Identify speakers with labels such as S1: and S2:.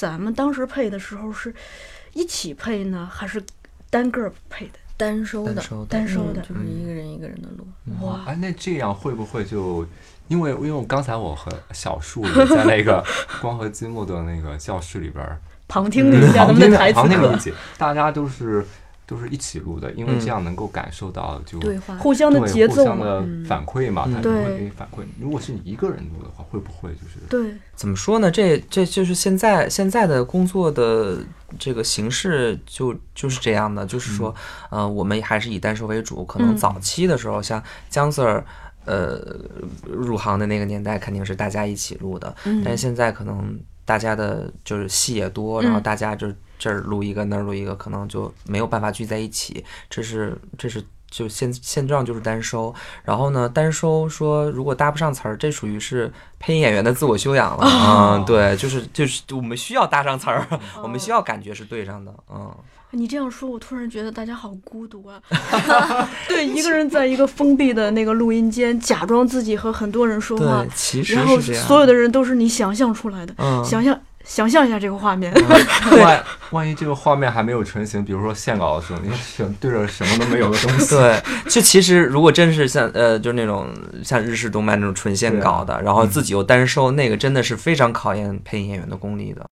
S1: 咱们当时配的时候是一起配呢，还是单个儿配的？单收的，
S2: 单收的
S1: 单收的
S3: 嗯就是一个人一个人的录。
S4: 嗯
S1: 哇！
S2: 哎，那这样会不会就因为因为我刚才我和小树也在 那个光和积木的那个教室里边儿
S1: 旁听了
S4: 嗯
S1: 一下咱嗯
S2: 旁
S1: 们
S2: 听
S1: 的台词
S2: 旁听
S1: 课
S2: 录，解，大家都是都是一起录的，因为
S3: 嗯
S2: 这样能够感受到就
S3: 对话，
S1: 互相
S2: 对
S1: 的节
S2: 互
S1: 奏
S2: 相
S1: 嘛。嗯
S2: 的反馈嘛，他就
S1: 对
S2: 会给你反馈。如果是你一个人录的话，会不会就是
S1: 对，
S4: 怎么说呢？这这就是现在现在的工作的这个形式就就是这样的，就是说，呃，我们还是以单收为主。可能
S1: 嗯
S4: 早期的时候，像江 Sir，呃，入行的那个年代，肯定是大家一起录的。
S1: 嗯
S4: 但是现在可能大家的就是戏也多，
S1: 嗯
S4: 然后大家就这儿录一个那儿录一个，可能就没有办法聚在一起。这是这是就现现状就是单收。然后呢，单收说如果搭不上词儿，这属于是配音演员的自我修养了。
S1: 哦
S4: 嗯，对，就是就是我们需要搭上词儿，我们需要感觉是对上的。嗯，
S1: 你这样说，我突然觉得大家好孤独 啊！对，一个人在一个封闭的那个录音间，假装自己和很多人说话
S4: 对，，其实
S1: 然后
S4: 是这样。
S1: 所有的人都是你想象出来的。
S4: 嗯，
S1: 想象想象一下这个画面，
S2: 万万一这个画面还没有成型，比如说线稿的时候，你选对着什么都没有的东西，
S4: 对，就其实如果真是像呃，就是那种像日式动漫那种纯线
S2: 对啊
S4: 稿的，然后自己又单收，那个真的是非常考验配音演员的功力的。